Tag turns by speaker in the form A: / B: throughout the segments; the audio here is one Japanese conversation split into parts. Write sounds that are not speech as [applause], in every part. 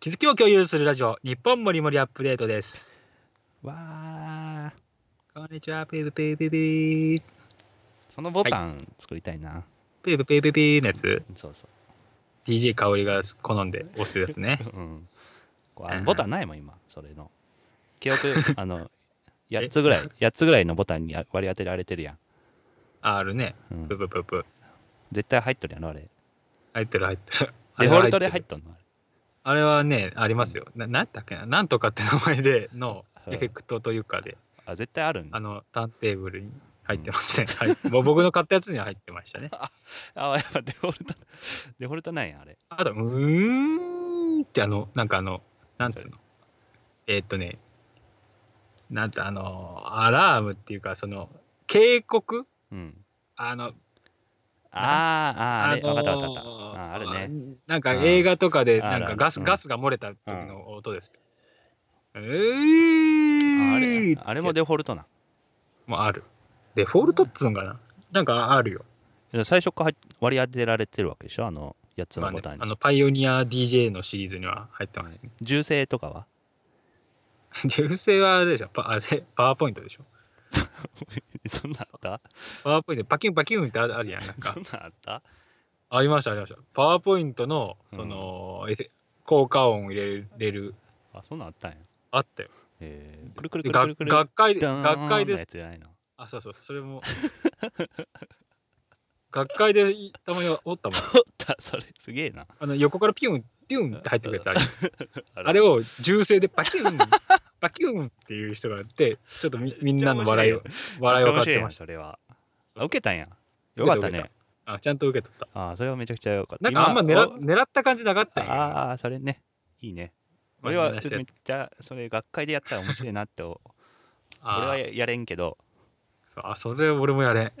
A: 気づきを共有するラジオ、日本もりもりアップデートです。
B: わあ
A: こんにちは、ペーブペーペーペー。
B: そのボタン作りたいな、
A: ペーブペーペーペーのやつ、
B: そうそ
A: DJ 香りが好んで押すやつ
B: [laughs]
A: ね。
B: う、うん、こうあ
A: うんう
B: の
A: ん
B: ボタンないもん今それの記憶あの8つぐらい8つぐらいのボタンにや割り当てられてるや
A: R ね。
B: ん、うん
A: プ、プププ。
B: 絶対入っとるやんあれ
A: 入ってる入ってる。
B: [laughs] デフォルトで入っ
A: る。
B: とんのあれ
A: あれはね、ありますよ。ななんだっけななんとかって名前での
B: うん
A: エフェクトというかで、
B: あ絶対あるん
A: あの、ターンテーブルに入ってますね。はい。もう僕の買ったやつには入ってましたね。
B: あやっぱデフォルトデフォルトなんやあれ
A: あと、うーんって、あの、なんかあの、なんつうの。えーっとね、なんて、あの、アラームっていうか、その、警告
B: うん
A: あの、
B: あーあーあれ、
A: の
B: 分かった分かった分かったああるね
A: ね。なんか
B: うん
A: 映画とかで、
B: あ
A: なん
B: るあ
A: か
B: る
A: ガス、
B: うん
A: ガスが漏れた時の音ですよ。えー
B: あれあれもデフ
A: ォル
B: ォルトなん
A: ト。もある。デフォルトっつうんかな。なんかあるよ。
B: いや最初から割り当てられてるわけでしょあの8つ
A: まあ
B: のボ
A: ね
B: タンに、
A: あの、パイオニア DJ のシリーズには入ってますね。
B: 銃声とかは [laughs]
A: 流星はあれでしょ。パあれ、パワーポイントでしょ。
B: そんなんあった
A: パワーポイントでパキュンパキュンってあるあるやん。なん
B: そ
A: か
B: んなんあった
A: ありましたありました。パワーポイントのその、エフェ効果音を入れれる
B: あそんなんあったんや
A: あったよ。
B: えー、くるくる
A: で
B: くるく
A: 学
B: るくる
A: 学会で
B: ダーン
A: 学
B: の
A: 会で
B: やつ
A: す。
B: じゃないの
A: あそうそうそれも学会でいたまにおった
B: [laughs]
A: もん。
B: おったそれすげえな
A: あの横からピュンピュンって入ってくるやつある。
B: あ
A: あれを銃声でパキュンパキュンっていう人がいてちょっとみみんなの笑いを笑いを
B: めっ
A: かっ
B: ち
A: て
B: ゃ面白いや
A: ま
B: ん
A: した。
B: それはあ受けたんやよかった
A: 受け
B: ね
A: あちゃんと受け取った。
B: あそれはめちゃくちゃよかっ
A: な
B: た
A: んかあんま狙
B: 今お
A: 狙った感じなかったんやけどな。
B: ああそれねいいね
A: まあ
B: 俺はめ
A: みんな
B: っ
A: してやっ
B: ちゃそれ学会でやったら面白いなってお
A: あー
B: 俺はやれんけど
A: そうあそれ俺もやれ
B: [laughs]
A: ん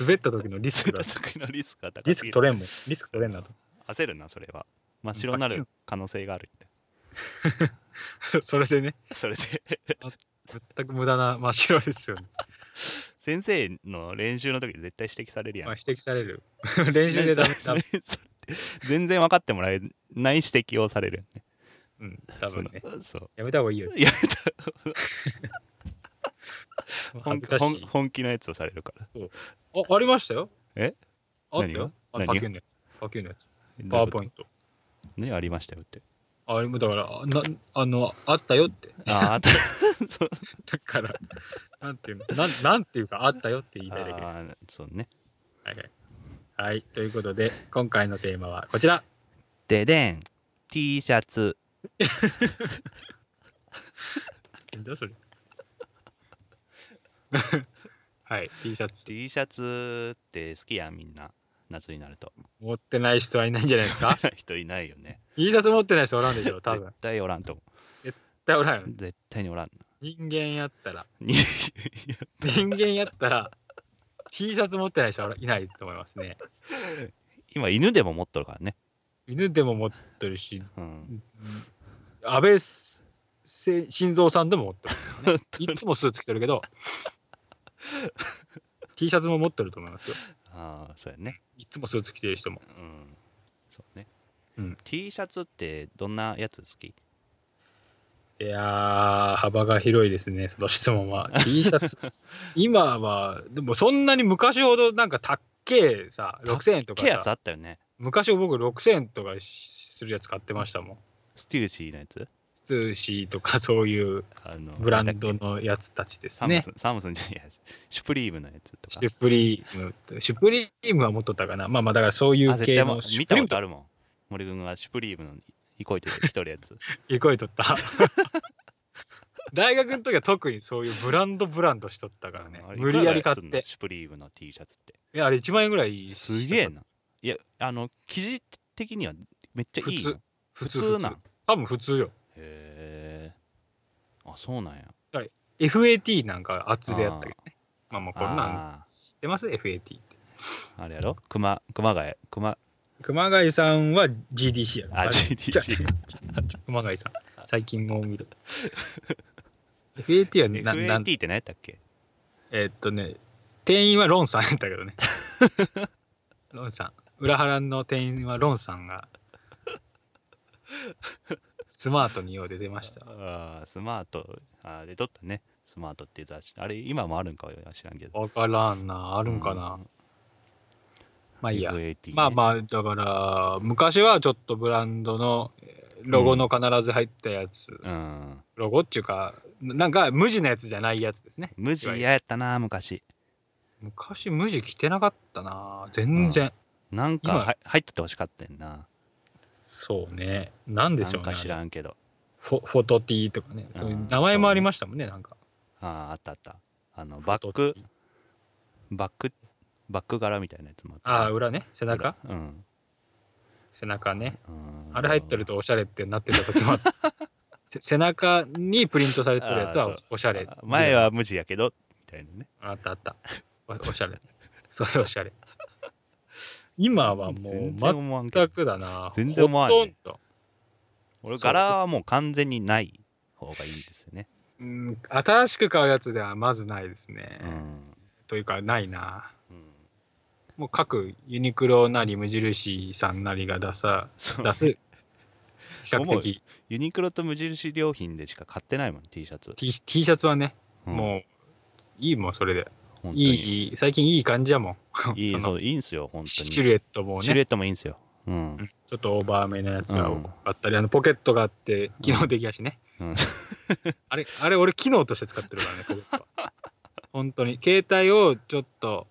A: 滑った時のリスク
B: 作
A: だ
B: った時のリスクが高すぎる
A: リスク取れんもんリスク取れんなと [laughs]
B: 焦るなそれは真っ白になる可能性があるって
A: それでね
B: それで
A: 全く無駄な真っ白ですよね、
B: 先生の練習の時絶対指摘されるやん
A: まあ、指摘される [laughs] 練習でダメだ、
B: ねそれそれって全然分かってもらえない指摘をされるよね
A: うん、多分ね
B: そのそう
A: やめた方がいいよ
B: いや本
A: 恥ずかし
B: 本
A: い
B: 本気のやつをされるから
A: あありましたよ
B: え
A: あった
B: 何が
A: よあ
B: 何が
A: パキュンのやつパキュンのやつパワーポイ
B: ン
A: ント
B: ト何ありました
A: [laughs]
B: よって
A: あれもだからあなあのあったよって
B: あああったそう
A: だからなんていうのなんなんていうかあったよって言い
B: あ
A: たいだけです
B: ーそうね
A: はいはい、はい、ということで今回のテーマはこちら
B: ででん T シャツ
A: なんだそれ [laughs] はい T シャツ
B: T シャツって好きやんみんな夏になると [laughs]
A: 持ってない人はいないんじゃないですか
B: 人いないよね
A: T シャツ持ってない人おらんでしょ多分
B: 絶対おらんと思
A: 絶対おらんよ
B: う絶対におらん [laughs]
A: 人間やったら
B: にいや
A: 人間やったら T シャツ持ってない人はいないと思いますね
B: 今犬でも持っとるからね、
A: 犬でも持ってるし
B: うん、
A: 安倍せ晋三さんでも持ってる、ね、いつもスーツ着てるけど T シャツも持ってると思いますよ
B: ああそうやね
A: いつもスーツ着てる人も
B: うんそうね、
A: うん、
B: T シャツってどんなやつ好き
A: いやー、幅が広いですね、その質問
B: [laughs]
A: は。T シャツ、今は、でもそんなに昔ほどなんかたっけえさ、6000円とか
B: ケやつ
A: さ、
B: あったよね
A: 昔僕6000円とかするやつ買ってましたもん。
B: ステューシーのやつ
A: スツーシーとかそういう
B: あの
A: ブランドのやつたちです
B: サム
A: ね
B: ス。ン、サムスンじゃないやつシュプリームのやつとか
A: シュプリームって、シュプリームは持っとったかな。まあまあだからそういう
B: あ絶
A: 系
B: 対も
A: の
B: う
A: シ
B: 見
A: ュプリーム
B: たこと
A: と
B: あるもん森君がシュプリームのいこいてきとるやつ
A: いこいとった。 [laughs] 大学の時は特にそういうブランドブランドしとったからね
B: うんあ。れ
A: 無理やり買
B: い
A: っ
B: くらぐらいすんの
A: て。
B: シュプリームの T シャツって
A: いや、あれ1万円ぐらい。
B: すげえ。ないやあの生地的にはめっちゃいいの
A: 普普通普通
B: なん
A: な。多分普通よ。
B: へえあそうなんや
A: FAT なんか厚でやったけどね。まあまあこんなん
B: あ
A: 知ってます ?FAT って。
B: ーあれやろ熊熊谷熊
A: 熊谷さんは GDC やろ。
B: あ
A: れ
B: GDC
A: 違う違う違う熊谷さん。最近も見る。FAT はね、ななん
B: FAT って何やったっけ
A: えーっとね、店員はロンさんやった [laughs] けどね。ロンさん。裏腹の店員はロンさんがスマートにようで出ま [laughs] した。
B: あースマート、あーで撮ったね、スマートっていう雑誌。あれ、今もあるんかは知らんけど。
A: わからんな、あ
B: あ
A: るんかな。まあいいや。
B: FAT ね
A: まあまあ、だから、昔はちょっとブランドのえーロゴの必ず入ったやつ、
B: うん。
A: ロゴっていうか、なんか無地のやつじゃないやつですね。
B: 無地嫌やったな、昔。
A: 昔無地着てなかったな、全然。
B: なんか
A: 今
B: は入っててほしかったよな。
A: そうね、なんでし
B: な
A: ょ
B: ん
A: う
B: か
A: ね。
B: 知らんけど。
A: フォフォトティーとかね、
B: うん
A: そういう名前もありましたもんね、なんか。
B: ああ、あったあった。あの、
A: フォ
B: バ
A: ト
B: ッ
A: ティ
B: ク、バック、バック柄みたいなやつもあ
A: ああ、
B: った。
A: 裏ね、背中
B: 裏うん。
A: 背中ね。
B: うん
A: あれ入ってるとおしゃれってなってた時もあ
B: [laughs]
A: った。せ背中にプリントされてるやつ
B: あーそ
A: は
B: う
A: おしゃれ。
B: 前は無地やけど、みたいなね。
A: あったあった。おおしゃれ。それおしゃれ。今はもう
B: 全然思わんけ
A: 全
B: ど。
A: くだな。
B: 全然思わんね
A: ほとんど。
B: 俺、柄はもう完全にない方がいいんですよね。
A: うん、新しく買うやつではまずないですね。
B: うん。
A: というか、ないな。
B: うん
A: もう各ユニクロなり無印さんなりが出さ、
B: そう
A: 出す。比較的
B: ユニクロと無印良品でしか買ってないもん T シャツ、
A: T, T シャツはね、
B: うん
A: もういいもん、それで。
B: 本
A: い
B: 当に
A: いいい、最近いい感じやもん。
B: いい
A: [laughs] その
B: そういいんすよ本当に
A: シルエットも
B: シル
A: ね、
B: エットもいいんすようん、
A: ちょっとオーバーめのやつが
B: うん
A: あったり、あのポケットがあって、機能的やしね。
B: うん、
A: あれ、あれ俺、機能として使ってるからね、ポケットは本当に。携帯をちょっと、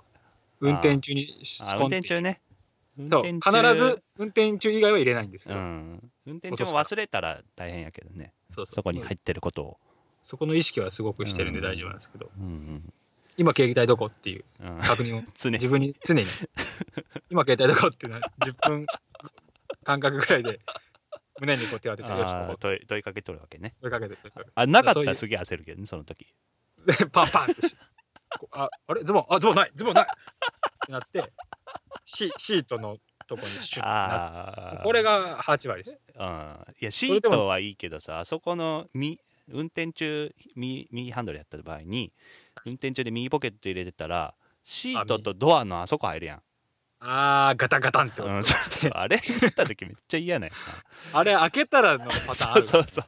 A: 運転中に仕
B: あ
A: 込
B: 運
A: んで
B: 転。中ね運
A: そう、
B: 転
A: 必
B: 中
A: ず運転中以外は入れないんですけ
B: う
A: ど、
B: ん運転中も忘れたら大変やけどね
A: そうそう
B: そこに入ってることを
A: そこの意識はすごくしてるんで
B: うん
A: 大丈夫なんですけど、
B: うん
A: 今、携帯どこっていう
B: うん、 [laughs] うん、
A: 確認を
B: 常に
A: 自分に常
B: [laughs]
A: に、今、携帯どこっていうのは、10分間隔ぐらいで、胸にこう手を当てて、よし、こ
B: あー
A: こ、
B: 問い問いかけとるわけね
A: 追いかけて、追いかけて
B: あなかっ
A: そう
B: た
A: いう
B: らすげえ焦るけどねその時
A: で、 [laughs] パンパンってしこあ、あれズボン、あ、ズボンない、ズボンないってなって、シシートのとこにシュッてなって
B: ああ
A: これが8割です。
B: うんいやシ
A: れ
B: ー
A: でも
B: トはいいけどさあそこの右運転中右右ハンドルやった場合に運転中で右ポケット入れてたらシートとドアのあそこ入るやん
A: あー、ガタンガタンって
B: う
A: 音、
B: ん、そうそうあれやった時めっちゃ嫌なんや
A: [laughs] あれ、開けたらの
B: な
A: パターンある
B: そう。そうそう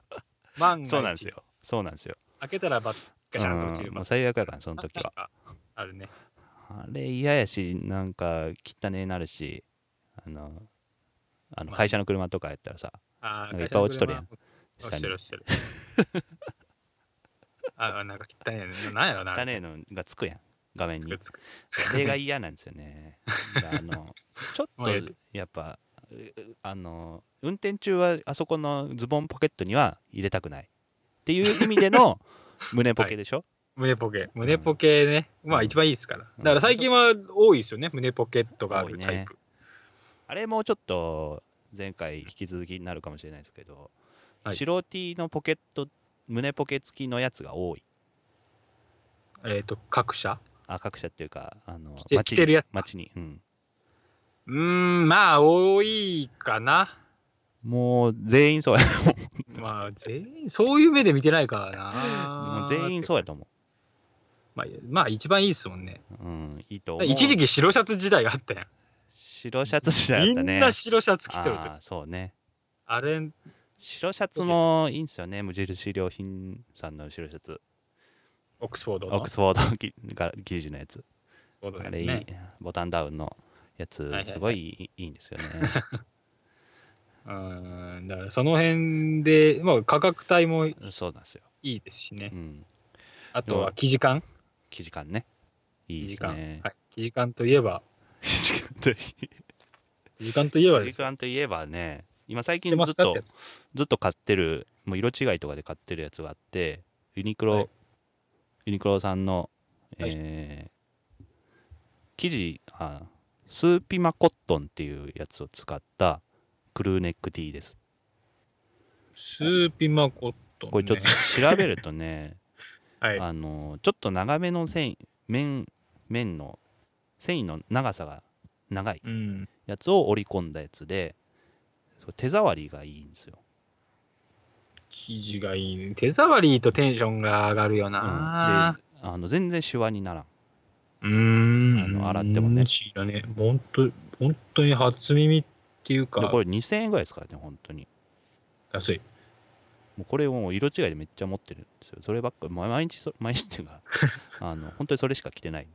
A: 万が一
B: そうなんですよそうなんですよ
A: 開けたらばガシャンと落ち
B: う
A: る
B: んも
A: パター
B: う
A: ン。
B: 最悪やからその時は
A: なんかあるね。
B: あれ嫌やしなんか汚ねえなるしあのあの
A: まあ
B: 会社の車とかやったらさ
A: あー
B: なんかいっぱい落ちとるやん。
A: 会社
B: 下に
A: の車落ちてる、落ち
B: [laughs]
A: てる。あー、なんか汚いね。なんやろな。
B: 汚ねえのがつくやん画面
A: つ
B: に
A: くつく
B: それが嫌なんですよね。だから
A: [laughs]
B: あのちょっ
A: もうやって
B: とやっぱうあの運転中はあそこのズボンポケットには入れたくないっていう意味
A: [laughs]
B: での胸ポケでしょ、
A: 胸ポケ。胸ポケね。
B: ん
A: まあ、一番いいですから。だから最近は多いですよね。胸ポケットがあるタイプ。
B: あれもちょっと前回引き続きになるかもしれないですけど、
A: はい
B: 白 T のポケット胸ポケ付きのやつが多い
A: えっ、と、各社
B: あ各社っていうかあの
A: 着て
B: 街に
A: 着てるやつか
B: 街に、うん、
A: うーん、まあ、多いかな。
B: もう全員そうや
A: まあ、全員、そういう目で見てないからな。
B: もう全員そうやと思
A: まあ、まあ、一番いいですもんね。
B: う、うん、いいと思う
A: 一時期白シャツ時代があったやん。
B: 白シャツ時代だったね
A: みんな白シャツ着てると。
B: あーそうね
A: あれ、
B: 白シャツもいいんですよね無印良品さんの白シャツ
A: オックスフォードの。
B: オックスフォードぎ [laughs] が生地のやつ
A: フォードだ
B: あ
A: よ
B: れいい、
A: ね。
B: ボタンダウンのやつ
A: いはいはい
B: すごいいいいいんですよね [laughs]
A: うーん、だからその辺で、まあ、価格帯もい
B: そうなんですよ、
A: いですしね
B: う。ん、
A: あとは生地感。
B: 生地感ねい
A: 生
B: いで
A: 地
B: す
A: 感。
B: ね
A: はい。生地感といえば、
B: 生地感とい
A: 生地感といえば
B: [laughs] 生
A: で
B: 地
A: すよ。
B: 感といえばね今最
A: 知っ
B: 近
A: てま
B: ずっ
A: すかっ
B: と
A: てやつ。
B: ずっと買ってるもう色違いとかで買ってるやつがあってユニクロ、
A: はい
B: ユニクロさんの、
A: はい
B: えー生地あスーピマコットンっていうやつを使ったクルーネック T です
A: スーピマコットン、ね。
B: これちょっと調べるとね
A: [laughs] はい。
B: あのちょっと長めの繊維面面の繊維の長さが長い
A: うん。
B: やつを織り込んだやつでそう手触りがいいんですよ、
A: 生地がいいね。手触りとテンションが上がるよ
B: うん、で
A: な
B: あ。の全然シワにならん
A: うーん。
B: あの洗ってもね
A: 知らね。本当本当に初耳っていう
B: で
A: か
B: こ、れ2000円ぐらいですからね本当に
A: 安い。
B: もうこれをもう色違いでめっちゃ持ってるんですよそればっかま毎日そ [laughs] 毎日っていうかあの本当にそれしか着てない、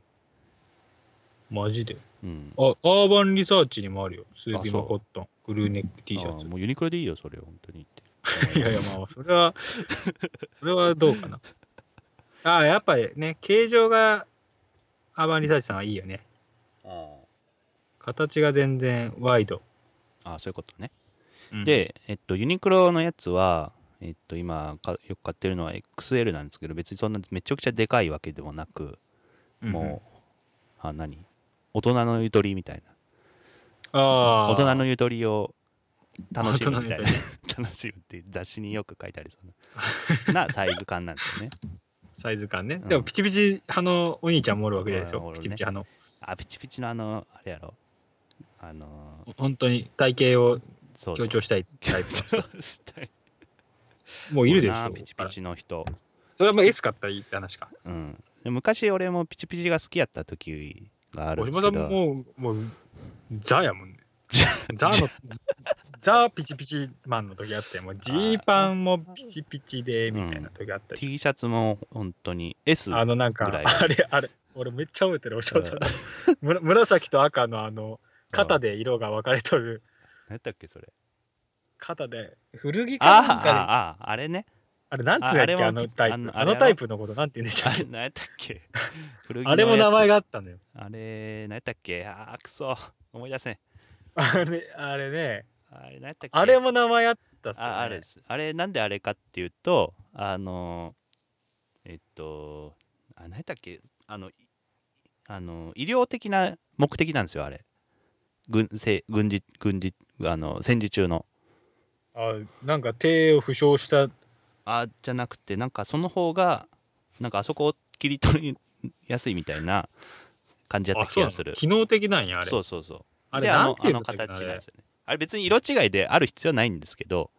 A: マジで。
B: うん、
A: あ、アーバンリサーチにもあるよ。スー
B: あ
A: ピ
B: そ
A: マ
B: う
A: コットン、ブルーネック T シャ
B: あ
A: ツ
B: ー。もうユニクロでいいよそれ本当にって
A: いやいや、まあ、それは、 [laughs] それはどうかな。ああ、やっぱりね、形状がアーバンリサーチさんはいいよね。
B: あ
A: 形が全然ワイド。
B: あーそういうことね
A: うん、
B: で、えっと、ユニクロのやつは、えっと、今かよく買ってるのは XL なんですけど別にそんなめちゃくちゃでかいわけでもなく、
A: うんうん
B: もうあ何大人のゆとりみたいな
A: ああ、
B: 大人のゆとりを楽しむみたい
A: 大人のゆ
B: な [laughs] 楽しむって雑誌によく書いてある
A: [laughs]
B: そんななサイズ感なんですよね
A: サイズ感ね。
B: うん
A: でも、ピチピチ派のお兄ちゃんもおるわけでし
B: うんお
A: ょ。
B: る
A: ピ
B: ね
A: チピチ派の。
B: あピチピチのあのあれやろあのー
A: 本当に体型を
B: そうそう
A: 強調したいタイプの人。
B: 強調したい
A: もういるでし
B: な
A: ょ。
B: あピチピチの人
A: それはもう S 買ったらいいって話か。
B: うんで昔俺もピチピチが好きやった時があるん
A: 小
B: で
A: 島
B: すけ
A: さ
B: ど
A: んもう、もう、ザやもんねザ
B: ザ。
A: の、ザピチピチマンの時あって、もうジーパンもピチピチで、みたいな時あったり。
B: T シャツも本当に S
A: あのなんか、
B: ぐらい
A: あれ、あれ、俺めっちゃ覚えてる、お嬢さん。 [laughs] むら紫と赤のあの、肩で色が分かれとる、
B: 何だっけそれ
A: 肩で、古着か
B: あ
A: な
B: ー
A: ん
B: あ
A: かで、
B: ーあーあ
A: [laughs]
B: れね
A: あれ、なんつうんやっけ、
B: あ
A: あ
B: あれも
A: のタイ
B: あの
A: プ。あ
B: あれや
A: の
B: ろ
A: タイプのこと、なんて言うんでしょ
B: あ
A: う
B: れ。何やったっけ古着
A: [laughs]
B: の
A: あれも名前
B: や
A: があったのよ。
B: つあれ何やったっけあーくそ思い出せん
A: あれ、あれね、
B: あれ何やったっけ
A: あれも名前あったっすよ、ね。
B: ああれですあれなんであれかっていうとあのえっとあ何やったっけあのいあの医療的な目的なんですよあれ軍せ軍事軍事あの戦時中の
A: あなんか手を負傷した
B: あじゃなくてなんかその方がなんかあそこを切り取りやすいみたいな感じやった気がする
A: 機能的なんやあれ
B: そうそうそう
A: あ
B: で
A: れ
B: あ
A: なん
B: の
A: て
B: あ
A: いうん
B: の
A: だっ
B: 形
A: け
B: な
A: なあ
B: んで
A: れ
B: すよねあれ別に色違いである必要はないんですけど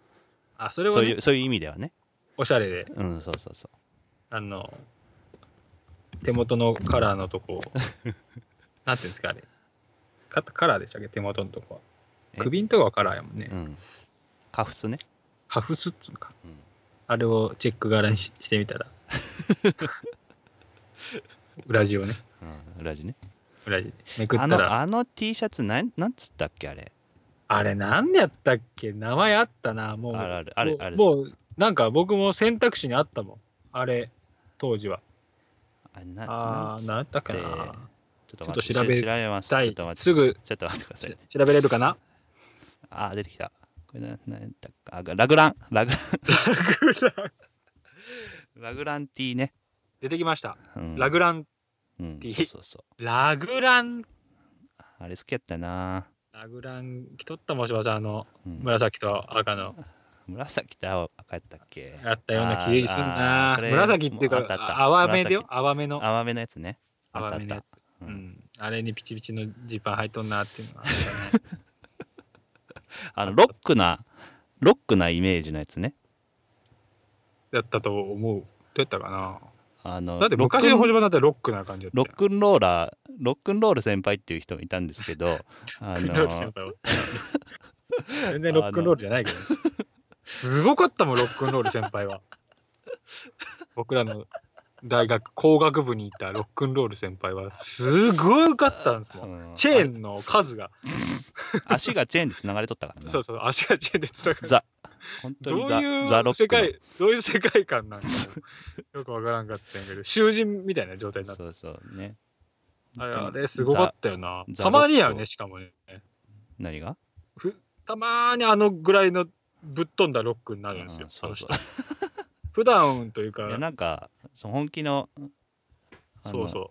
A: あそれは
B: そう
A: ね、
B: いうそういう意味ではね
A: おしゃれで
B: うんそうそうそう
A: あの手元のカラーのと
B: [laughs]
A: こなんていうんですかあれカカラーでしたっけ手元のとこは
B: え
A: 首んとこはカラーやもんね、
B: うんカフスね
A: カフスっつうのか、
B: うん
A: あれをチェック柄にししてみた
B: [laughs]
A: ら裏地をね
B: うん裏地ね
A: 裏地めくっ
B: あ
A: た
B: の
A: らあ
B: あの T シャツなんなんつったっけあれ
A: れなんでやったっけ名前あったなもう
B: あるあるあるある
A: もうもうなんか僕も選択肢にあったもんあれ当時は
B: あれな
A: あ
B: なん
A: あ
B: つ
A: ー、なんやったっけな。
B: ちょっと待って
A: ちょっと調べ
B: 調べますちょっ
A: 第
B: と待
A: す
B: って
A: ぐ
B: ちょっと待ってくださいね
A: し調べれるかな
B: あー出てきたこれななんやったっけあラグランラグランラグラン T ね、
A: 出てきました。
B: うん、
A: ラグラン、
B: ラン
A: T
B: そうそうそう
A: ラグラン、
B: あれ好きやったな、
A: ラグラン、着とったもしもさん、あの、
B: うん
A: 紫と赤の、
B: 紫と青赤やったっけ
A: やったような気がする
B: あーあー
A: な
B: そ。れ
A: 紫っていう
B: あったあっ
A: か、
B: た
A: 淡めでよ、淡めの、
B: 淡めのやつねあったあ
A: 淡
B: っ
A: めの
B: た
A: やつ。
B: う
A: うんん。あれにピチピチのジーパン履いとんなっていうのは。
B: あのロックなロックなイメージのやつね
A: だったと思う。どうやったかな。
B: あの
A: だって昔
B: ロ
A: の
B: ックン
A: 星場だってロックな感じだった
B: ロ
A: よ。
B: ックンローラーロックンロール先輩っていう人もいたんです
A: [laughs]
B: けど
A: ロ
B: あ
A: ック
B: の
A: 先輩おったな [laughs] 全然ロックンロールじゃないけどね。すごかったもん、ロックンロール先輩は。僕らの大学、工学部にいたロックンロール先輩は、すごい受かったんですもん。
B: うん
A: チェーンの数が、
B: あ足がチェーンでつながれとったからな
A: そうそう、足がチェーンでつながる
B: ザ本当
A: どう
B: にザザロ
A: いう
B: ック
A: 世
B: の
A: 界、どういう世界観なんかもよくわからんかったんやけど、囚人みたいな状態になって、
B: そうそうね
A: あれあ
B: 本当に
A: れすごかったよな。
B: ザ
A: たまにや
B: ザロック
A: ね、しかもね。
B: 何が
A: ふたまーにあのぐらいのぶっ飛んだロックになるんですよ、
B: うんそうそう
A: あの人普段という
B: いや
A: か、
B: なんかその本気のあの
A: そうそう。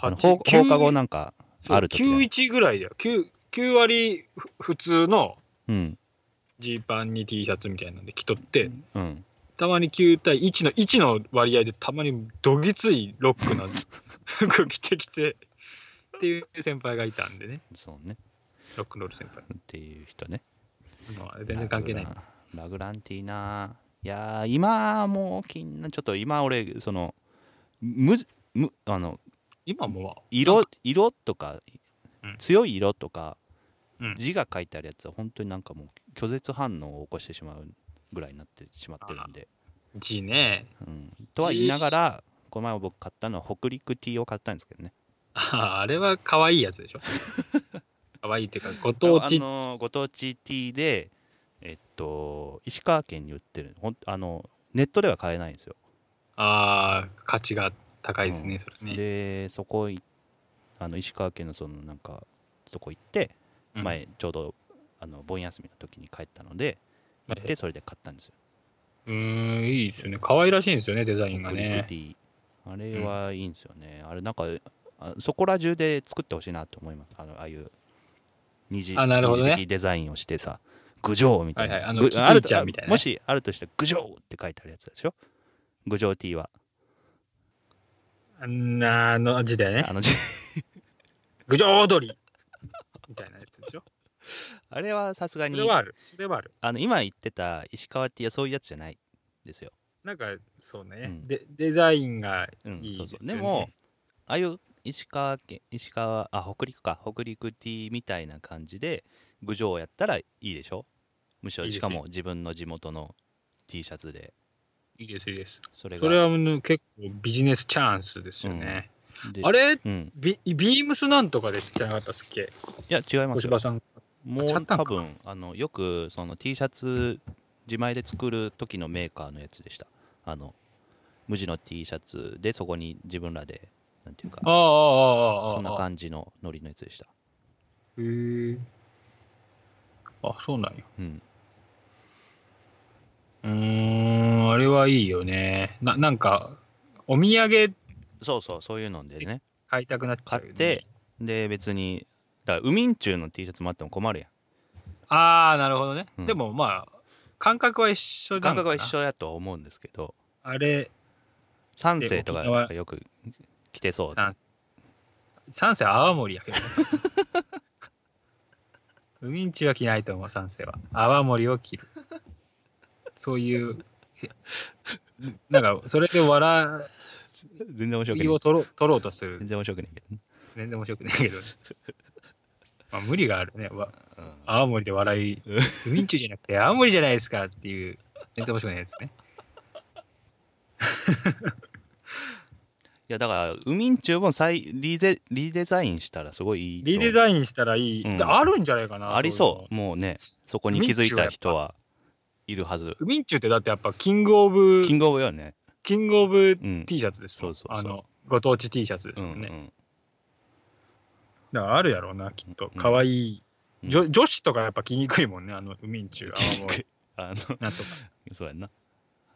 B: あの
A: 八
B: 放放課後
A: 九
B: なんか
A: そう
B: ある時だよ
A: 91ぐらいだよ。9, 9割ふ普通の
B: うん
A: ジーパンに T シャツみたいなんで着とって、
B: うん
A: たまに9対1の1の割合でたまにどぎついロックな
B: [laughs]
A: 服着てきてっていう先輩がいたんでね、
B: そうね
A: ロックンロール先輩。
B: っていう人ね
A: まあ、全然関係ない
B: ラ。グランラグランティーないやー今もうきんなちょっと今俺そのむむあの
A: 今もは
B: 色色とか
A: うん
B: 強い色とか
A: うん
B: 字が書いてあるやつは本当になんかもう拒絶反応を起こしてしまうぐらいになってしまってるんで、
A: 字ね。
B: うん、とは言いながらこの前僕買ったのは北陸 T を買ったんですけどね
A: ああれは可愛いやつ
B: [laughs]
A: でしょ。可愛いっていうか、ご当地
B: あ。のご当地 T でえっと石川県に売ってるほんあのネットでは買えないんですよ
A: ああ、価値が高いですね、それね。
B: でそこいあの石川県のそのなんかそこ行って、
A: うん
B: 前ちょうどあの盆休みの時に帰ったので行っ
A: え
B: てそれで買ったんですよ、
A: うーん、いいですよね。可愛らしいんですよね、デザインが
B: クリッ
A: ね
B: ク。T あれはいいんですよね、あれなんかあそこら中で作ってほしいなと思いますあのああいう二次
A: あなるほどね
B: 二次的デザインをしてさ郡上みたいな、
A: はいはいあの
B: ぐ
A: キティ
B: ると
A: ちゃんみたいなね
B: もしあるとして郡上って書いてあるやつでしょ郡上 T は
A: あんなあの字だよね
B: あ。のじ [laughs]
A: 郡上踊りみたいなやつでしょ。
B: あれはさすが
A: そ
B: に
A: れはある。それはある。
B: あの今言ってた石川 T はそういうやつじゃないですよ
A: なんか、そうね、
B: うん
A: で。デザインが
B: う
A: い
B: ん、
A: い
B: そうそう
A: ですよ
B: で
A: ね
B: もああいう石川県石川あ北陸か北陸 T みたいな感じで郡上をやったらいいでしょむし
A: い
B: ろ
A: いです
B: しかも自分の地元の T シャツで
A: いいです、いいです。
B: それが
A: それはうん結構ビジネスチャンスですよね。
B: で
A: あれ
B: うん、
A: ビビームスなんとかで知ってなかったっすっけ
B: いや違いま
A: 小
B: す
A: 芝
B: よ
A: さん。
B: も
A: ちゃん
B: う
A: とあん
B: 多
A: か
B: 分あのよくその T シャツ自前で作る時のメーカーのやつでしたあの無地の T シャツでそこに自分らでなんていう
A: あ
B: か
A: あ、ああ、ああ。
B: そんな
A: ああ
B: 感じのノリのやつでした
A: へえ。あ、そうなんや。
B: うん
A: うーん、あれはいいよね。ななんか、お土産
B: そうそうそういうのでね
A: 買いたくなっちゃ
B: 買
A: う、ね。
B: って、で別にだからウミンチューの T シャツもあっても困るや
A: ああ、なるほどね。
B: うん
A: でもまあ、感覚は一緒
B: ん
A: な
B: 感
A: のかな
B: 覚は一。緒やとは思うんですけど
A: あれ、
B: 三世とか
A: で沖縄
B: よく着てそう
A: なん三世泡盛やけ [laughs] ど。ウミンチは着ないと思う、三世は。泡盛を着る。そういう、へなんか、それで笑
B: 全然面白くない
A: いを取ろう取ろうとする
B: 全。然面白くないけどね、
A: 全然面白くないけど、ね、まあ無理があるね。わ
B: うん
A: 青森で笑い、ウミンチュじゃなくて青森じゃないですかっていう、全然面白くないですね。
B: いやだからウミンチューも再リゼリデザインしたらすごいいいと
A: リデザインしたらいい。
B: うん
A: であるんじゃないかな。
B: ありそうもうねそこに気づいた人はいるはず
A: ういうの。ウミンチュってだってやっぱキングオブ、
B: キングオブよね
A: キングオブ
B: うん
A: T シャツですもん
B: そうそうそう
A: あの、ご当地 T シャツです
B: う
A: もんね。
B: ん
A: だからあるやろうな、きっと。
B: うん
A: かわいい。
B: うん
A: 女女子とかやっぱ着にくいもんね、あのウミン
B: [laughs]
A: チュ、青森。
B: あの [laughs]
A: なんとか。
B: そうやんな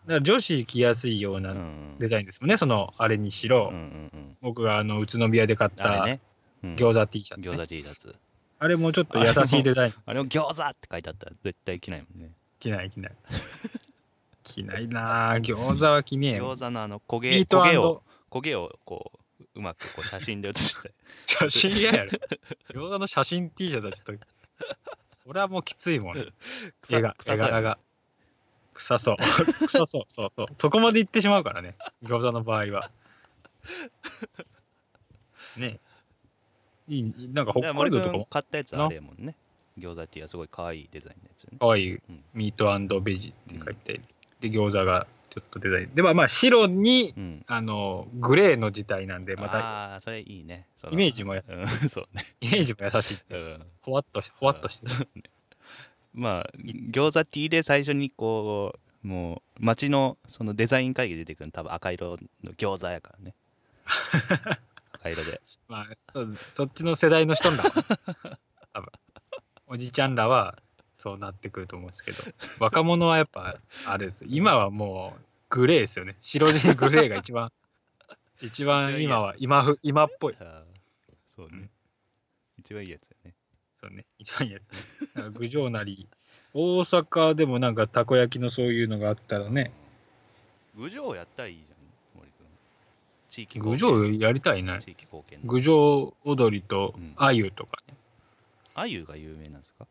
A: だから女子着やすいよう
B: う
A: なんデザインですもんね、そのあれにしろ。
B: うんうんうん
A: 僕があの宇都宮で買っ
B: あ
A: た
B: れねうん
A: 餃子 T シャツ、ね
B: 餃子 T シャツ
A: あれもちょっと優しいデザイン
B: あれも餃子って書いてあったら絶対着ないもんね
A: 着ない着ない
B: [laughs]
A: 着ないなあ餃子は着ねえよ
B: 餃子のあの焦
A: イ
B: げ
A: ー
B: 焦げを
A: ト
B: 焦げをこううまくこう写真で写して
A: 写真嫌やろ餃子の写真 T シャツはちょっとそれはもうきついもんね絵が
B: [laughs] 草
A: 絵
B: さ
A: 柄が臭そう [laughs] 臭そうそうそうそこまで行ってしまうからね餃子の場合
B: [laughs]
A: はねえいいなんか北海道とかも
B: 買ったやつあれやもんね餃子 T はすごい可愛いデザインのやつよね
A: かわいい
B: ん
A: ミートベジって書いて、で餃子がちょっとデザインでまあまあ白に
B: うん
A: あのグレーの字体なんでまた
B: ああーそれいいねその
A: イメージもや
B: うん [laughs] そうね
A: イメージも優しい
B: うん
A: ほわっとしほわっとして
B: まあ餃子 T で最初にこうもう街のそのデザイン会議出てくるの多分赤色の餃子やから
A: [laughs]
B: ね赤色で
A: まあそうそっちの世代の人だ [laughs] 多分おじちゃんらはそうなってくると思うんですけど若者はやっぱあれです今はもうグレーですよね白地にグレーが一番 [laughs] 一番今は今ふ今っぽい
B: あーそう
A: う
B: ね
A: ん
B: 一番いいやつやね
A: そうね、一番いいやつね。なんか郡上なり、大阪でもなんかたこ焼きのそういうのがあったらね、
B: 郡上やったらいいじゃん森君地域
A: 郡
B: 貢
A: 上
B: 献
A: やりたいな。
B: 地域貢献の
A: 郡上踊りと
B: うん
A: 鮎とかね。
B: あゆが有名なんですか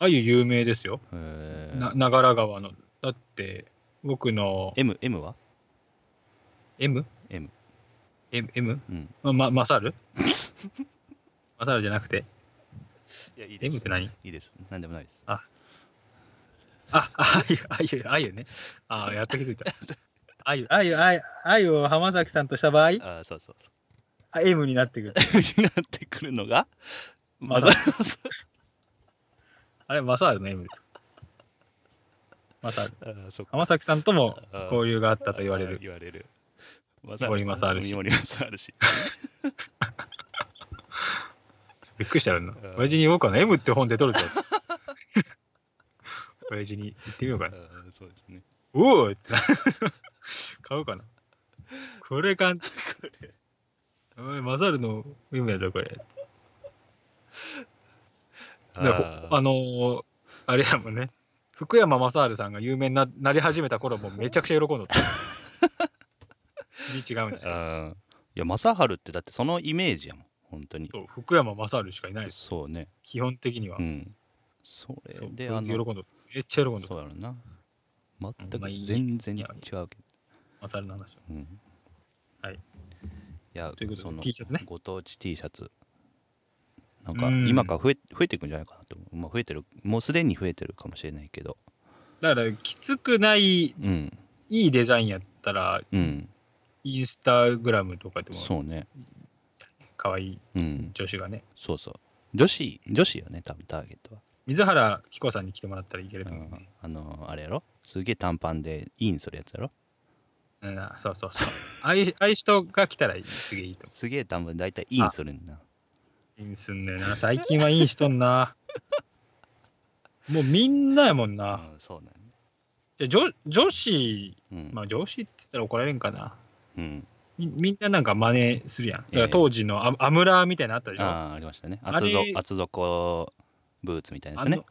A: 鮎有名ですよ。
B: へ
A: な長良川の。だって、僕の
B: M, M は
A: M?
B: M
A: M? M?
B: うん
A: [laughs] ま、ま、マサルマサルじゃなくて
B: いやいいで
A: M っ
B: す
A: て何
B: いいですなんでもないです
A: あ、あゆ、あゆ、あゆね。あ、やっと気づいた。 [laughs] あゆ、あゆ、あゆ、あゆを浜崎さんとした場合、
B: あーそうそうそう
A: あ M になってくる。
B: [laughs] になってくるのがま
A: まだ
B: さまさ
A: あれ、マサールの M です。マサール。
B: あーそっか
A: 浜崎さんとも
B: あー
A: 交流があったと言われ
B: あー
A: る。
B: 言われる
A: 森正治氏
B: 森正治
A: [laughs]
B: 氏
A: びっくりしたよな
B: ー。
A: 親父に僕は M って本出とるぞ。親父に言ってみようか
B: あ
A: な。
B: ーそうですね
A: おおって買うかな。これか。これ。マサールの M やぞ、これ。で
B: あー
A: あのーあれやもんね福山雅治さんが有名にななり始めた頃もめちゃくちゃ喜んどった字違うんですよ
B: あーいや正治ってだってそのイメージやもん本当に
A: そう福山雅治しかいないです
B: そうね
A: 基本的には、
B: うんそれ
A: そう
B: で
A: そ
B: あ
A: う喜ん
B: の
A: どっためっちゃ喜んどった
B: そうやろな全
A: まあ
B: く
A: いい
B: 全然違
A: いうや
B: けど
A: 雅治の話は
B: うん
A: はい
B: や
A: ということで
B: その
A: T シャツね
B: ご当地 T シャツなんか
A: うん
B: 今から増え増えていくんじゃないかなと思う、まあ、増えてるもうすでに増えてるかもしれないけど
A: だからきつくないい
B: うん
A: いデザインやったら
B: うん
A: インスタグラムとかでも
B: そうね
A: 可愛い
B: うん
A: 女子がね
B: そうそう女子女子よね多分ターゲットは
A: 水原希子さんに来てもらったらいけると
B: う
A: 思う、
B: ん
A: ね
B: あのあれやろすげえ短パンでインするやつやろ
A: うんそうそう [laughs] そうああいうああいう人が来たらすげえいいと思う
B: すげえ短パン大体インするんだ
A: インすんねん [laughs] な最近はいいしとんなもうみんなやもん
B: な
A: な
B: うんそうなんね
A: じゃ女女子
B: うん、
A: まあ女子って言ったら怒られんかな
B: うん、
A: みみんななんか真似するやんだか
B: ええ
A: ら当時のア,、アムラーみたいなのあったでしょあ
B: ああーありましたね
A: あ
B: 厚
A: れ
B: 底厚底ブーツみたいなやつね
A: の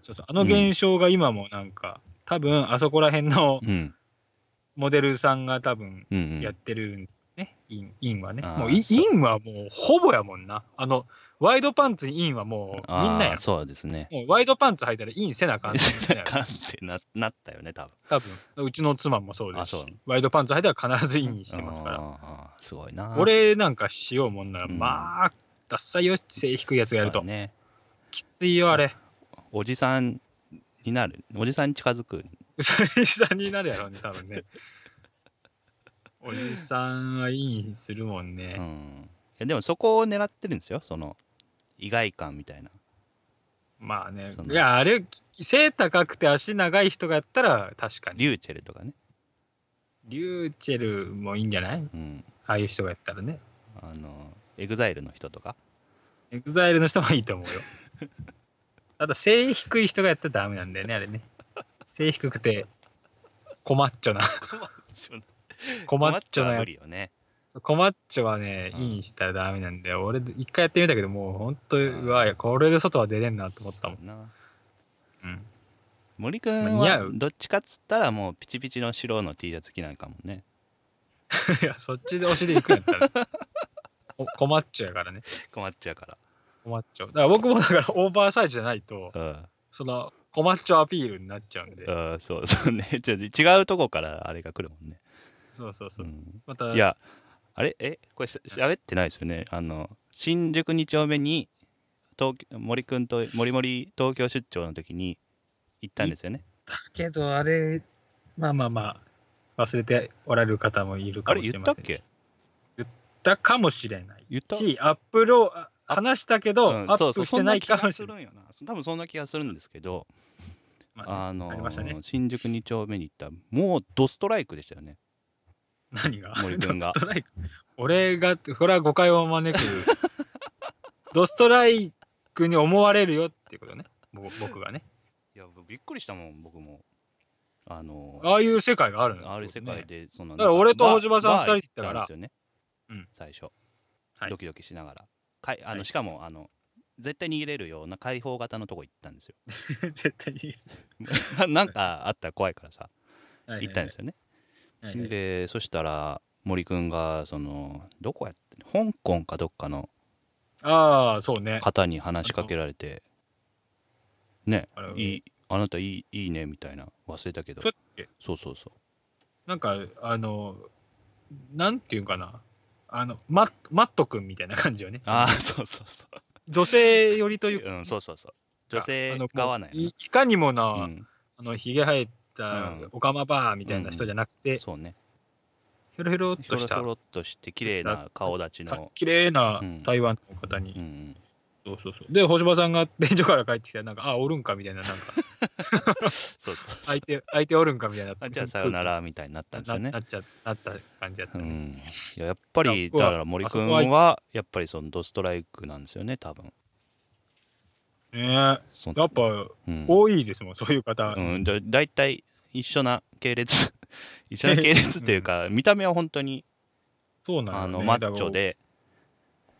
A: そうそうあの現象が今もなんか、多分あそこら辺の
B: うん
A: モデルさんが多分
B: うんうん
A: やってるんですね、インインはね
B: あー
A: もうイン
B: そう
A: インはもうほぼやもんなあのワイドパンツにインはもうみんなや
B: あー
A: ん
B: そうですね
A: もうワイドパンツ履いたらインせなあかんってみん
B: [laughs]
A: なやん
B: かんってななったよね多分
A: 多分うちの妻もそうで
B: あ
A: す
B: そう
A: しワイドパンツ履いたら必ずインしてますから
B: らすごいな
A: 俺なんかしようもんなら、
B: うん
A: まあダッサいよ背低いやつがやると、
B: そうね
A: きついよあれ
B: おじさんになるおじさんに近づく
A: うさぎさんになるやろうね多分ねおじさんはインするもん
B: う
A: ね、
B: んいやでもそこを狙ってるんですよその意外感みたいな
A: まあね
B: その
A: いやあれ背高くて足長い人がやったら確かに
B: リューチェルとかね
A: リューチェルもいいんじゃない
B: うん
A: ああいう人がやったらね
B: あのエグザイルの人と
A: [laughs]
B: か
A: エグザイルの人もいいと思うよ。 [laughs] ただ背低い人がやったらダメなんだよね、あれね。背低くて、コマッ [laughs] チョな。コマッチョ
B: は
A: な
B: 無
A: や
B: 理よね
A: つ。コマッチョはね、
B: うん
A: インしたらダメなんだよ。俺、一回やってみたけど、もう本当、
B: ん
A: うわ、これで外は出れんなと思ったもん。
B: そうな
A: うん、
B: 森くん
A: まあ似合
B: は
A: う
B: どっちかっつったらもうピチピチの白の T シャツ着ないかもね
A: [laughs] いや、そっちで押しで行くんやったら、 [laughs] おコマッチョやからね。
B: 困っちゃうか
A: コマッチョ。だから僕もだからオーバーサイズじゃないと、
B: らうん
A: その、コマッチョアピールになっちゃうんで。
B: あーそうそうね [laughs] ちょ違うとこからあれが来るもんね、
A: そうそうそうう。
B: ん
A: また、
B: いやあれえこれし喋ってないですよねあの新宿2丁目に東京森くんと森森東京出張の時に行ったんですよね
A: けどあれまあまあまあ忘れておられる方もいるか
B: あ
A: も
B: れ
A: しれ
B: 言っ
A: ま
B: た
A: せん
B: っけ
A: 言ったかもしれない
B: 言った
A: しアップローあ話したけど、
B: うん
A: アッ
B: そうそう
A: プしてないかもし
B: そ
A: れ
B: ん
A: ない
B: な気がするんよな多分そんな気がするんですけど、
A: まあね
B: あのー
A: ありましたね
B: 新宿2丁目に行ったもうドストライクでしたよね
A: 何が
B: 森君が
A: ドストライク俺がこれは誤解を招く
B: [laughs]
A: ドストライクに思われるよっていうことねぼ僕がね
B: いやびっくりしたもん僕もあのー
A: ああいう世界があるの
B: ある世界でその
A: だから俺と
B: なん
A: 小島さん
B: バー
A: 二人で行ったから
B: バー行んですよ
A: う
B: ね
A: ん
B: 最初
A: はい
B: ドキドキしながらかいあ
A: は
B: の
A: い
B: しかもあの絶対に入れるような開放型のとこ行ったんですよ
A: [laughs] 絶対に
B: [laughs] なんかあったら怖いからさ行ったんですよね
A: はいはい
B: でそしたら森くんがそのどこやって香港かどっかの
A: ああそうね
B: 方に話しかけられてね
A: あれ
B: いいあなたいいいいねみたいな忘れたけど
A: そうだっけ
B: そうそうそう
A: なんかあのなんていうんかなあのママット君みたいな感じよね
B: ああそうそうそう
A: 女性寄りというか、
B: うん、そうそうそう。女
A: あ
B: 性
A: の
B: 側なんや
A: いいかにもな、
B: な。うん、
A: あのひげ生えた
B: うん
A: オカマバーみたいな人じゃなくて、
B: そうね。
A: ひょろひょろっ
B: ひょ
A: と
B: ろ
A: し
B: ひ
A: た
B: ょろっとして綺麗な顔立ちの。
A: 綺麗な
B: うん
A: 台湾の方に、
B: うんうん、
A: そうそうそうで星葉さんが便所から帰ってきたらなんかあおるんかみたいな
B: [laughs]
A: なんか
B: そうそうそう
A: 相手相手おるんかみたいな
B: あじゃあさよならみたいになったんですよ
A: な
B: ね
A: な。っちゃなった感じだった、
B: う
A: ね
B: ん、いややっぱり
A: いや僕
B: だ
A: は
B: から森
A: あそ
B: 君
A: こは
B: はやっぱりそのドストライクなんですよね多分
A: ねえ
B: その
A: やっぱ
B: うん
A: 多いですもんそういう方、
B: うん、だ大体一緒な系列 [laughs]
A: [laughs]
B: 一緒な系列というか、見た目は本当に
A: そうなの、ね、
B: あのマッチョで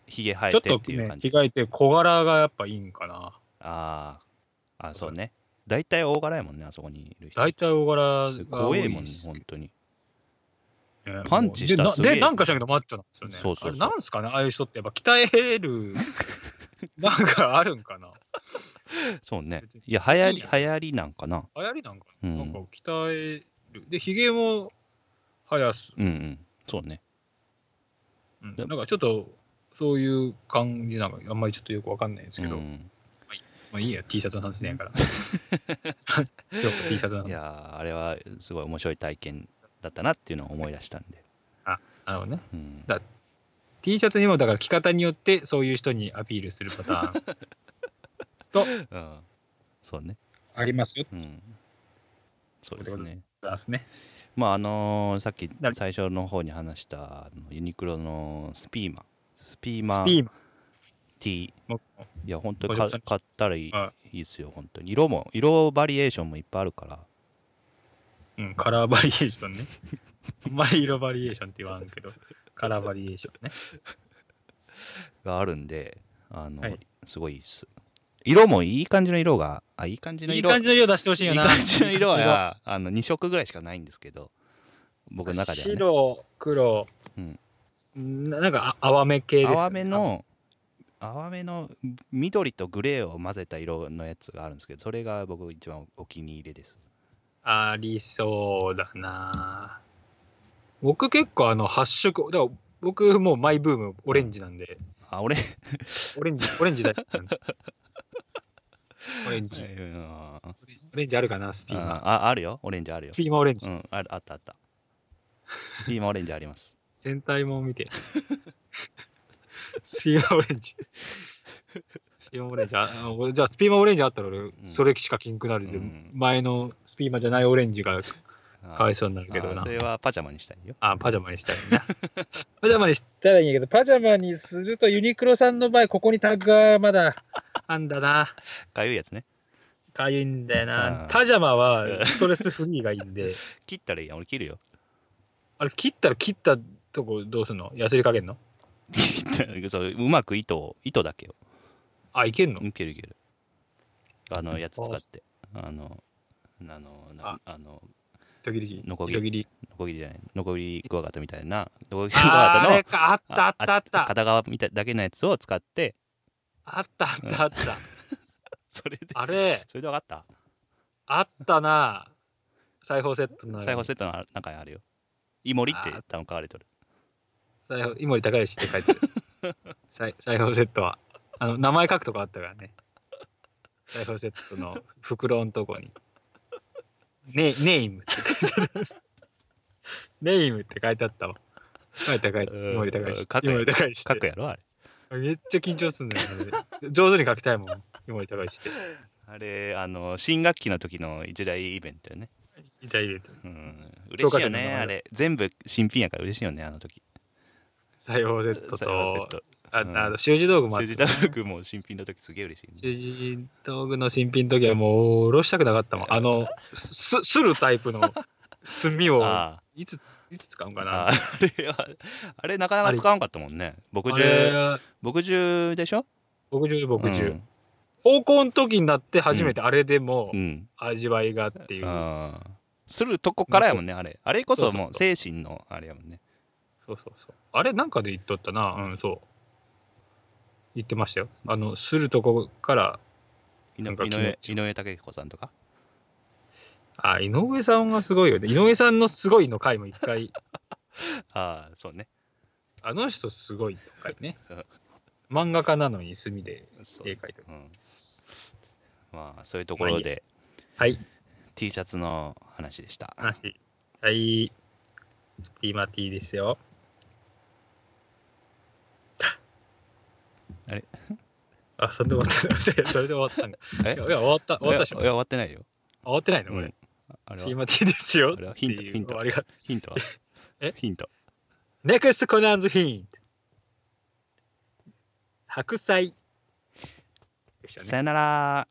B: ひげ
A: だ
B: 生え
A: からち
B: て
A: ょ
B: っ
A: ってと
B: いう
A: ね
B: 感じ、
A: 着替えて小柄がやっぱいいんかな
B: あーあそうね大体大柄やもんねあそこにいる人
A: 大体大柄が多
B: 怖
A: い
B: えもん
A: で
B: ね
A: す
B: 本当に
A: けどね
B: パンチしたら
A: もう
B: す
A: でな
B: げえ
A: でなんかしなけどマッチョなんですよね
B: そうそうそう
A: あれなんすかねああいう人ってやっぱ鍛え
B: [laughs]
A: るなんかあるんかな
B: そうね
A: 別に
B: いや流行り
A: いい
B: 流行りなんかな
A: 流行りなんか
B: う
A: な,、
B: ん
A: なんか鍛えるでひげも生やす、
B: うんうんそうね
A: うん
B: で
A: なんかちょっとそういう感じなんかあんまりちょっとよくわかんないんですけど、
B: うん
A: まあいいや T シャツの話ねや
B: [laughs]
A: から [laughs] 今日も T シャツの
B: い
A: 話
B: やーあれはすごい面白い体験だったなっていうのを思い出したんで、
A: あのね
B: うん、
A: T シャツにもだから着方によってそういう人にアピールするパターンと
B: うんそうね
A: [laughs] ありますよ
B: うんそうですね
A: ですね
B: まああのーさっき
A: なる
B: 最初の方に話したあのユニクロのスピーマスピー
A: ス
B: マ
A: ピーマ
B: T
A: も
B: いや本当
A: ご
B: に
A: 承
B: か
A: 知の
B: 買ったらいい
A: はい
B: いっすよ本当に色も色バリエーションもいっぱいあるから
A: うん、カラーバリエーションね。あんまり色バリエーションって言わんけど、カラーバリエーションね。
B: があるんであの、
A: はい
B: すごいいいっす色もいい感じの色があいい感じの
A: いい
B: 色
A: 感じの色出してほしい
B: い
A: よ
B: い
A: な。
B: 感じの色はあの2色ぐらいしかないんですけど僕の中では、ね、
A: 白、黒、
B: うん
A: ななんかあ淡め系です、ね。
B: 淡め。の淡めの緑とグレーを混ぜた色のやつがあるんですけどそれが僕一番お気に入りです
A: ありそうだな。僕結構あの発色、だから僕もうマイブームオレンジなんで、
B: あ俺
A: オレンジ、オレンジだった
B: [laughs]
A: んでオレンジ、
B: うんあ
A: オレンジあるかな、スピーマー。
B: ああるよオレンジあるよ
A: ス、ピーマーオレンジ
B: う。ん、あるあったあったスピーマオレンジあります
A: 戦隊もん見て。 [laughs] スピーマオレンジ。スピーマオレンジ。ああの俺じゃあスピーマオレンジあったら俺、それしか金くなるで、
B: うん
A: 前のスピーマじゃないオレンジがか
B: あ
A: わいそうになるけど
B: あ
A: な
B: そ。れはパジャマにしたいよ
A: あパジャマにしたいな。 [laughs] パジャマにしたらいいんやけど、パジャマにするとユニクロさんの場合、ここにタッグがまだあんだな。
B: かゆいやつね
A: かゆいんだよ
B: あ
A: な
B: ー。
A: パジャマはストレスフリーがいいんで、
B: 切ったらいいやん俺切るよ
A: あれ切ったら切ったとこどうすんのやすりかけんの
B: [laughs] そううまく糸を糸だけを
A: あ、いけんの
B: うんいけるいけるあのやつ使ってあのあのなあの
A: 糸切り。
B: ノコギリ
A: 糸切り。
B: ノコギリじゃないノコギリクワガタみたいなノコギリクワガ
A: あ
B: タ
A: ーあ
B: の
A: れか、あったあったあった。
B: 片側みたいだけのやつを使って
A: あったあったあった。
B: それで
A: あれ、
B: それで分かった
A: あったな。裁縫セットの。
B: 裁縫セットの中にあるよイモリって
A: あー
B: 多分買われとる
A: 裁縫、井森高義って書いてる。裁裁縫セットは。あの、名前書くとこあったからね。裁縫セットの袋のとこに。ネイネイムって書いてある。ネイムって書いてあったわ。書いてある書いてある井森高
B: うん
A: 義。
B: 書く
A: 井森高義って
B: 書くやろあれ
A: めっちゃ緊張すんだよ、ね。上手に書きたいもん。井森高義って。
B: あれあの新学期の時の一大イベントよね
A: イタリアで
B: うん嬉しい
A: 教
B: よ
A: 科書の名
B: ね
A: 前
B: あれ全部新品やから嬉しいよねあの時
A: 裁縫セット
B: 裁縫セッ
A: と
B: ト
A: あ
B: うん
A: あの習字道具もあっ
B: 数字
A: た
B: タブクも新品の時すげえ嬉しいね、
A: 習字道具の新品の時はもうおろしたくなかったもんあのすするタイ
B: [laughs]
A: プの墨を
B: あ
A: いついつ使うんか
B: ー
A: な
B: あ
A: あ
B: ーあれはあれなかなか使わんかったもんね牧獣
A: れ
B: 牧獣でしょ
A: 牧獣牧
B: う
A: 獣
B: ん
A: 高校の時になって初めてあれでも
B: うん
A: 味わいがっていう、
B: あーするとこからやもんねあれあれこそも
A: そううそ
B: 精神のあれやもんね
A: そうそうそうあれなんかで言っとったなうんそう言ってましたよあのするとこから
B: 井
A: なん
B: 上
A: か
B: 井
A: 気持
B: 上
A: ち
B: 井上武彦さんとか
A: あ井上さんはすごいよね井上さんのすごいの回も一回
B: ああそうね [laughs]
A: あの人すごいとかね
B: うん。
A: 漫画家なのに墨で
B: そう
A: 絵描いてる。
B: うん、まあそういうところで
A: はい、
B: T シャツの話でした
A: 話。はい。ティーマティーですよ。
B: あれ
A: あ、それで終わった。 [laughs] それで終わったんだ。
B: え
A: いや、いや終わった。終わったでし
B: い
A: ょ
B: やい。や終わってないよ、
A: あ終わってないの
B: う
A: こ
B: ん
A: れ。
B: あれ
A: ティー
B: は
A: マティーですよ。
B: あれはヒント
A: っていう
B: ヒント
A: ありがと
B: ヒントは
A: [laughs] え
B: ヒント
A: う。ネクストコナンズヒント。白菜。でしたね。
B: さよなら